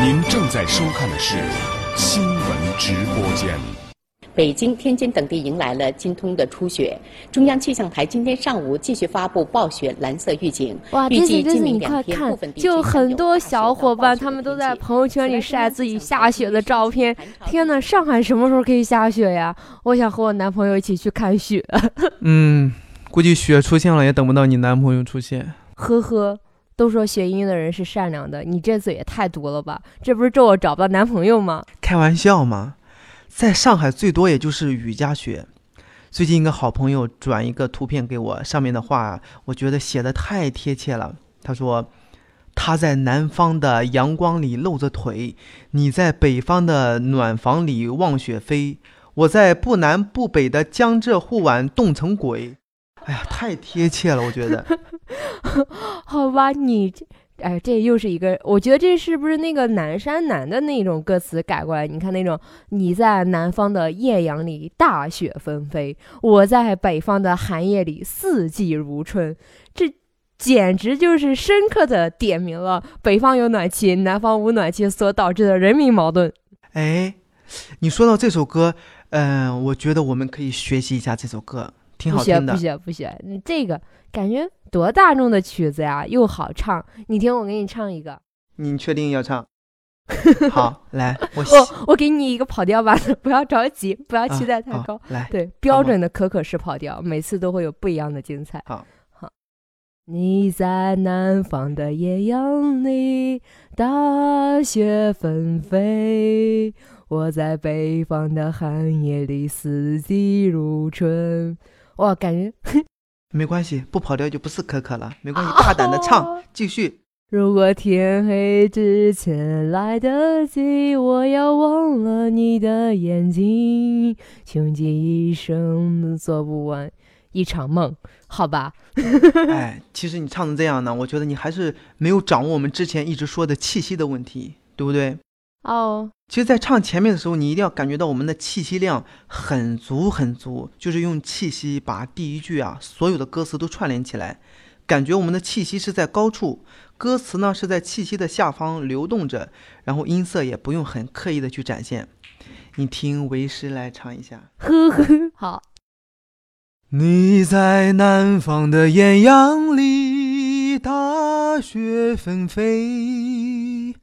您正在收看的是新闻直播间。北京、天津等地迎来了今冬的初雪。中央气象台今天上午继续发布暴雪蓝色预警，哇，预这计是这今是明你两快天看部分，地区就将很有多大雪小到伙暴伴雪他的们都天在气朋友圈此里外中晒央自气己象下台雪今的日照片。天呐，上海什么时候可以下雪呀？我想和我男朋友一起去看雪， 嗯，估计雪出现了也等不到你男朋友出现。呵呵。都说学英语的人是善良的，你这嘴也太毒了吧？这不是咒我找不到男朋友吗？开玩笑嘛，在上海最多也就是雨夹雪。最近一个好朋友转一个图片给我，上面的话我觉得写的太贴切了。他说：“他在南方的阳光里露着腿，你在北方的暖房里望雪飞，我在不南不北的江浙沪皖冻成鬼。”哎呀，太贴切了，我觉得。好吧，你这，哎，这又是一个，我觉得这是不是那个南山南的那种歌词改过来？你看那种你在南方的艳阳里大雪纷飞，我在北方的寒夜里四季如春，这简直就是深刻的点明了北方有暖气，南方无暖气所导致的人民矛盾。哎，你说到这首歌，嗯、我觉得我们可以学习一下这首歌，挺不好学听的不。学不学，嗯这个感觉多大众的曲子呀，又好唱。你听，我给你唱一个。你确定要 唱？好，来，我我我给你一个跑调版的， 不要着急，不要期待太高。啊好来，对，标吗准的可可式跑调，每次都会有不一样的精彩。好，好。你在南方的艳阳里大雪纷飞，我在北方的寒夜里四季如春。哇，感觉没关系，不跑调就不是可可了，没关 系，大胆的唱，哦继续。如果天黑之前来得及，我要忘了你的眼睛，穷极一生做不完一场梦，好吧？哎，其实你唱成这样呢，我觉得你还是没有掌握我们之前一直说的气息的问题，对不对？哦，其实，在唱前面的时候，你一定要感觉到我们的气息量很足很足，就是用气息把第一句啊所有的歌词都串联起来，感觉我们的气息是在高处，歌词呢是在气息的下方流动着，然后音色也不用很刻意的去展现。你听为师来唱一下。呵呵，好，你在南方的艳阳里，大雪纷飞；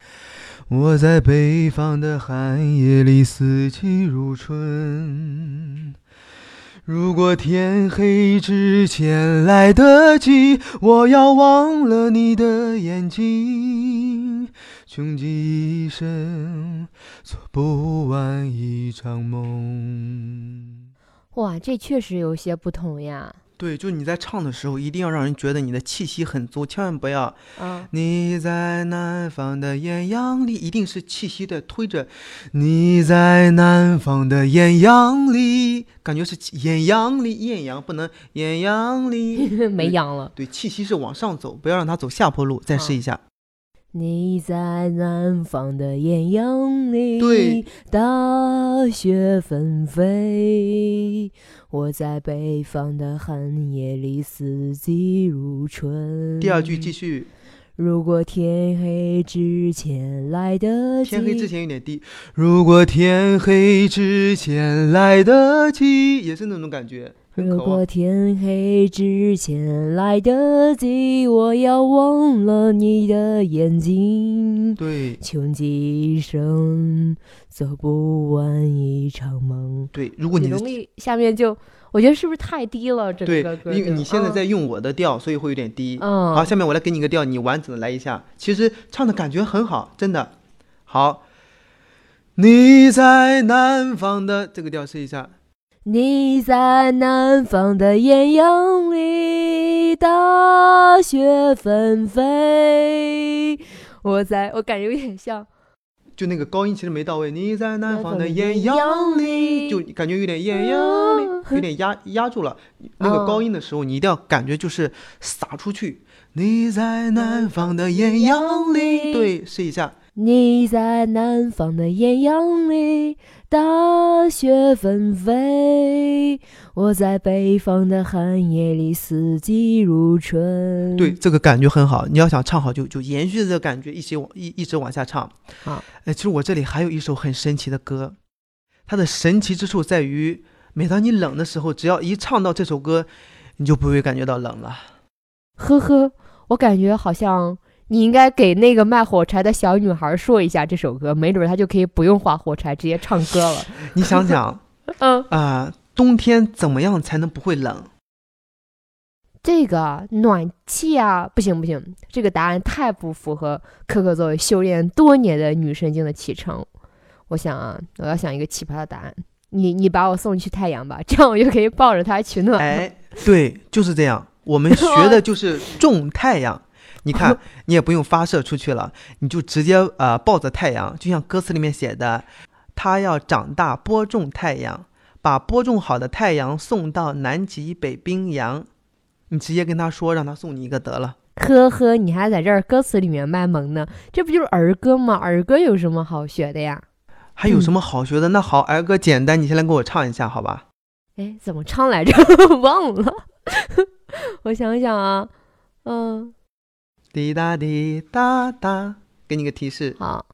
我在北方的寒夜里，四季如春。如果天黑之前来得及，我要忘了你的眼睛，穷极一生做不完一场梦。哇，这确实有些不同呀。对，就你在唱的时候，一定要让人觉得你的气息很足，千万不要啊，你在南方的艳阳里，一定是气息在推着。你在南方的艳阳里，感觉是气艳阳里，艳阳不能艳阳里， 没扬了。对，气息是往上走，不要让它走下坡路。再试一下，你在南方的艳阳里，对，大雪纷飞；我在北方的寒夜里，四季如春。 第二句继。续，嗯如果天黑之前来得及，天黑之前有点低。如果天黑之前来得及，也是那种感觉，很如渴望果。天黑之前来得及，我要忘了你的眼睛。对穷极一生做不完一场梦。对，如果你的容易下面就，我觉得是不是太低了？整对个歌，因为调你现在在用我的调，所以会有点低。嗯，好，下面我来给你一个调，你完整的来一下。其实唱的感觉很好，真的好。你在南方的这个调试一下，你在南方的艳阳里，大雪纷飞。我在我感觉有点像，就那个高音其实没到位。你在南南方方的的艳艳阳阳里，里就感觉有点艳阳里，有啊 点压压住了。那个嗯高音的时候，你一定要感觉就是嗯撒出去。你在南方的艳阳里，对，试一下。你在南方的艳阳里，大雪纷飞；我在北方的寒夜里，四季如春。对，，这个感觉很好。你要想唱好就，就延续这个感觉，一起往一一直往下唱。好，哎，其实我这里还有一首很神奇的歌，它的神奇之处在于，每当你冷的时候，只要一唱到这首歌，你就不会感觉到冷了。呵呵，我感觉好像你应该给那个卖火柴的小女孩说一下这首歌，没准她就可以不用画火柴，直接唱歌了。你想想 嗯，啊、冬天怎么样才能不会冷？这个啊暖气啊，不行不行，这个答案太不符合可可作为修炼多年的女神经的启程。我想啊，我要想一个奇葩的答案。你你把我送去太阳吧，这样我就可以抱着它取 暖。哎，对，就是这样。我们学的就是种太阳。你看，你也不用发射出去了，你就直接呃抱着太阳，就像歌词里面写的，它要长大播种太阳，把播种好的太阳送到南极北冰洋。你直接跟他说，让他送你一个得了。呵呵，你还在这儿歌词里面卖萌呢，这不就是儿歌吗？儿歌有什么好学的呀？还有什么好学的？那好，儿歌简单，你先来给我唱一下，好吧？哎，怎么唱来着？ 忘了。 我想想啊，嗯，滴答滴答答，给你个提示，好。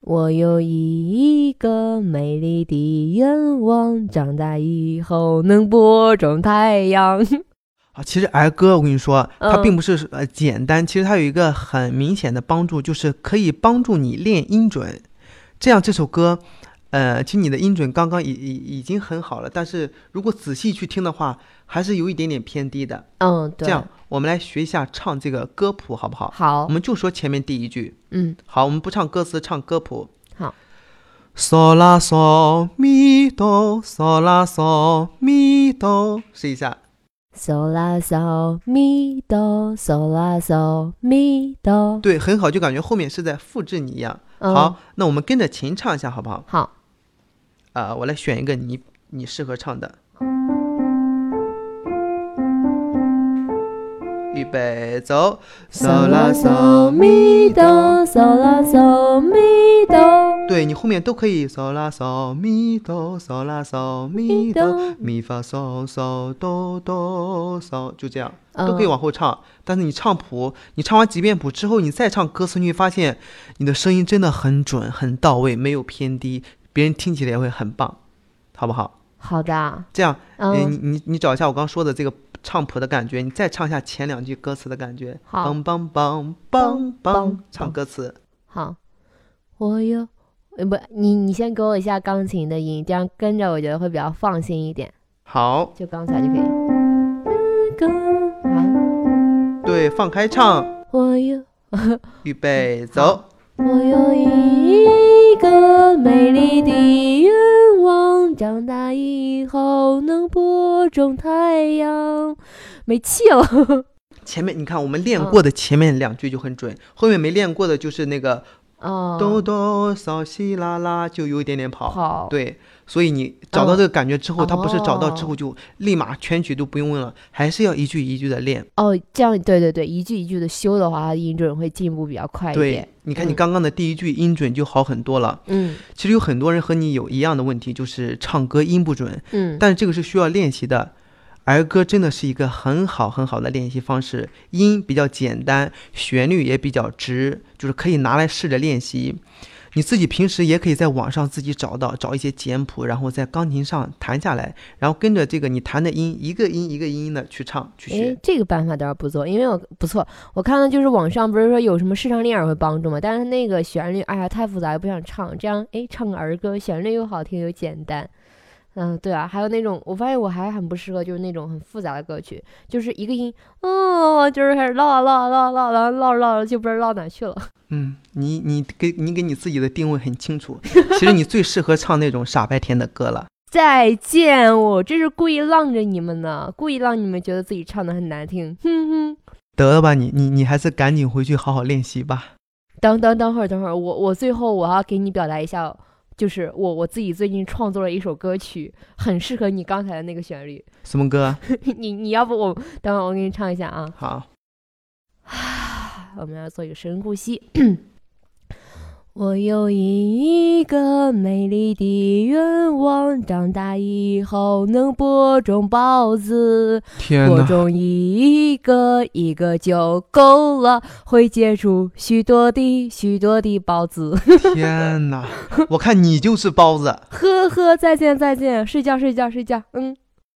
我有一个美丽的愿望，长大以后能播种太阳。 啊，其实儿歌我跟你说，它嗯并不是呃简单，其实它有一个很明显的帮助，就是可以帮助你练音准。这样这首歌，呃，其实你的音准刚刚已已已经很好了，但是如果仔细去听的话，还是有一点点偏低的。嗯，对。这样，我们来学一下唱这个歌谱好不好？好我，们就说前面第一句。嗯，好，我们不唱歌词，唱歌谱。好。嗦啦嗦咪哆，嗦啦嗦咪哆，试一下。嗦啦嗦咪哆，嗦啦嗦咪哆。对，很好，就感觉后面是在复制你一样。嗯，好，那我们跟着琴唱一下好不好？好，啊、我来选一个你你适合唱的。预备，走。嗦啦嗦咪哆，嗦啦嗦咪哆，对你后面都可以，嗦啦嗦咪哆，嗦啦嗦咪哆，咪发嗦嗦哆哆嗦，就这样都可以嗯往后唱。但是你唱谱，你唱完几遍谱之后，你再唱歌词，你会发现你的声音真的很准、很到位，没有偏低，别人听起来也会很棒，好不好？好的，这样，嗯、嗯，你你你找一下我刚说的这个唱谱的感觉，你再唱一下前两句歌词的感觉，好梆梆梆梆梆梆，唱梆歌词。好，我有，呃不，你你先给我一下钢琴的音，这样跟着我觉得会比较放心一点，好，就刚才就可以。哥，好，对，放开唱，我有，预备，走。哎我有一个美丽的愿望，长大以后能播种太阳。没气了，前面你看，我们练过的前面两句就很准，后面没练过的就是那个哦， 哆哆嗦西啦啦，就有一点点跑。好，对，所以你找到这个感觉之后，哦它不是找到之后就立马全曲都不用问了，还是要一句一句的练。哦，这样，对对对，一句一句的修的话，它的音准会进步比较快一对点。，你看你嗯刚刚的第一句音准就好很多了。嗯其实有很多人和你有一样的问题，就是唱歌音不准，嗯，但是这个是需要练习的。儿歌真的是一个很好很好的练习方式，音比较简单，旋律也比较直，就是可以拿来试着练习。你自己平时也可以在网上自己找到找一些简谱，然后在钢琴上弹下来，然后跟着这个你弹的音一个音一个音的去唱去诶，学。这个办法倒是不错，因为我不错，我看到就是网上不是说有什么视唱练耳会帮助嘛，但是那个旋律，哎呀，太复杂了，不想唱。这样，诶，唱个儿歌，旋律又好听又简单。嗯，对啊，还有那种，我发现我还很不适合，就是那种很复杂的歌曲，就是一个音，哦，就是开始唠啊唠啊唠啊唠啊唠啊唠着唠着就不知道唠哪去了。 嗯，你你给你给你自己的定位很清楚，其实你最适合唱那种傻白甜的歌了。再见，我这是故意浪着你们呢，故意让你们觉得自己唱的很难听。哼哼，得了吧，你你你还是赶紧回去好好练习吧。等等等会儿，等会儿，我我最后我要给你表达一下，就是我我自己最近创作了一首歌曲，很适合你刚才的那个旋律。 什么歌？你你要不我等会儿我给你唱一下啊。好。我们要做一个深呼吸。我有一个美丽的愿望，长大以后能播种包子。天播哪！种一个一个就够了，会结出许多的许多的包子。天哪！我看你就是包子。呵呵，再见再见，睡觉睡觉睡觉，嗯。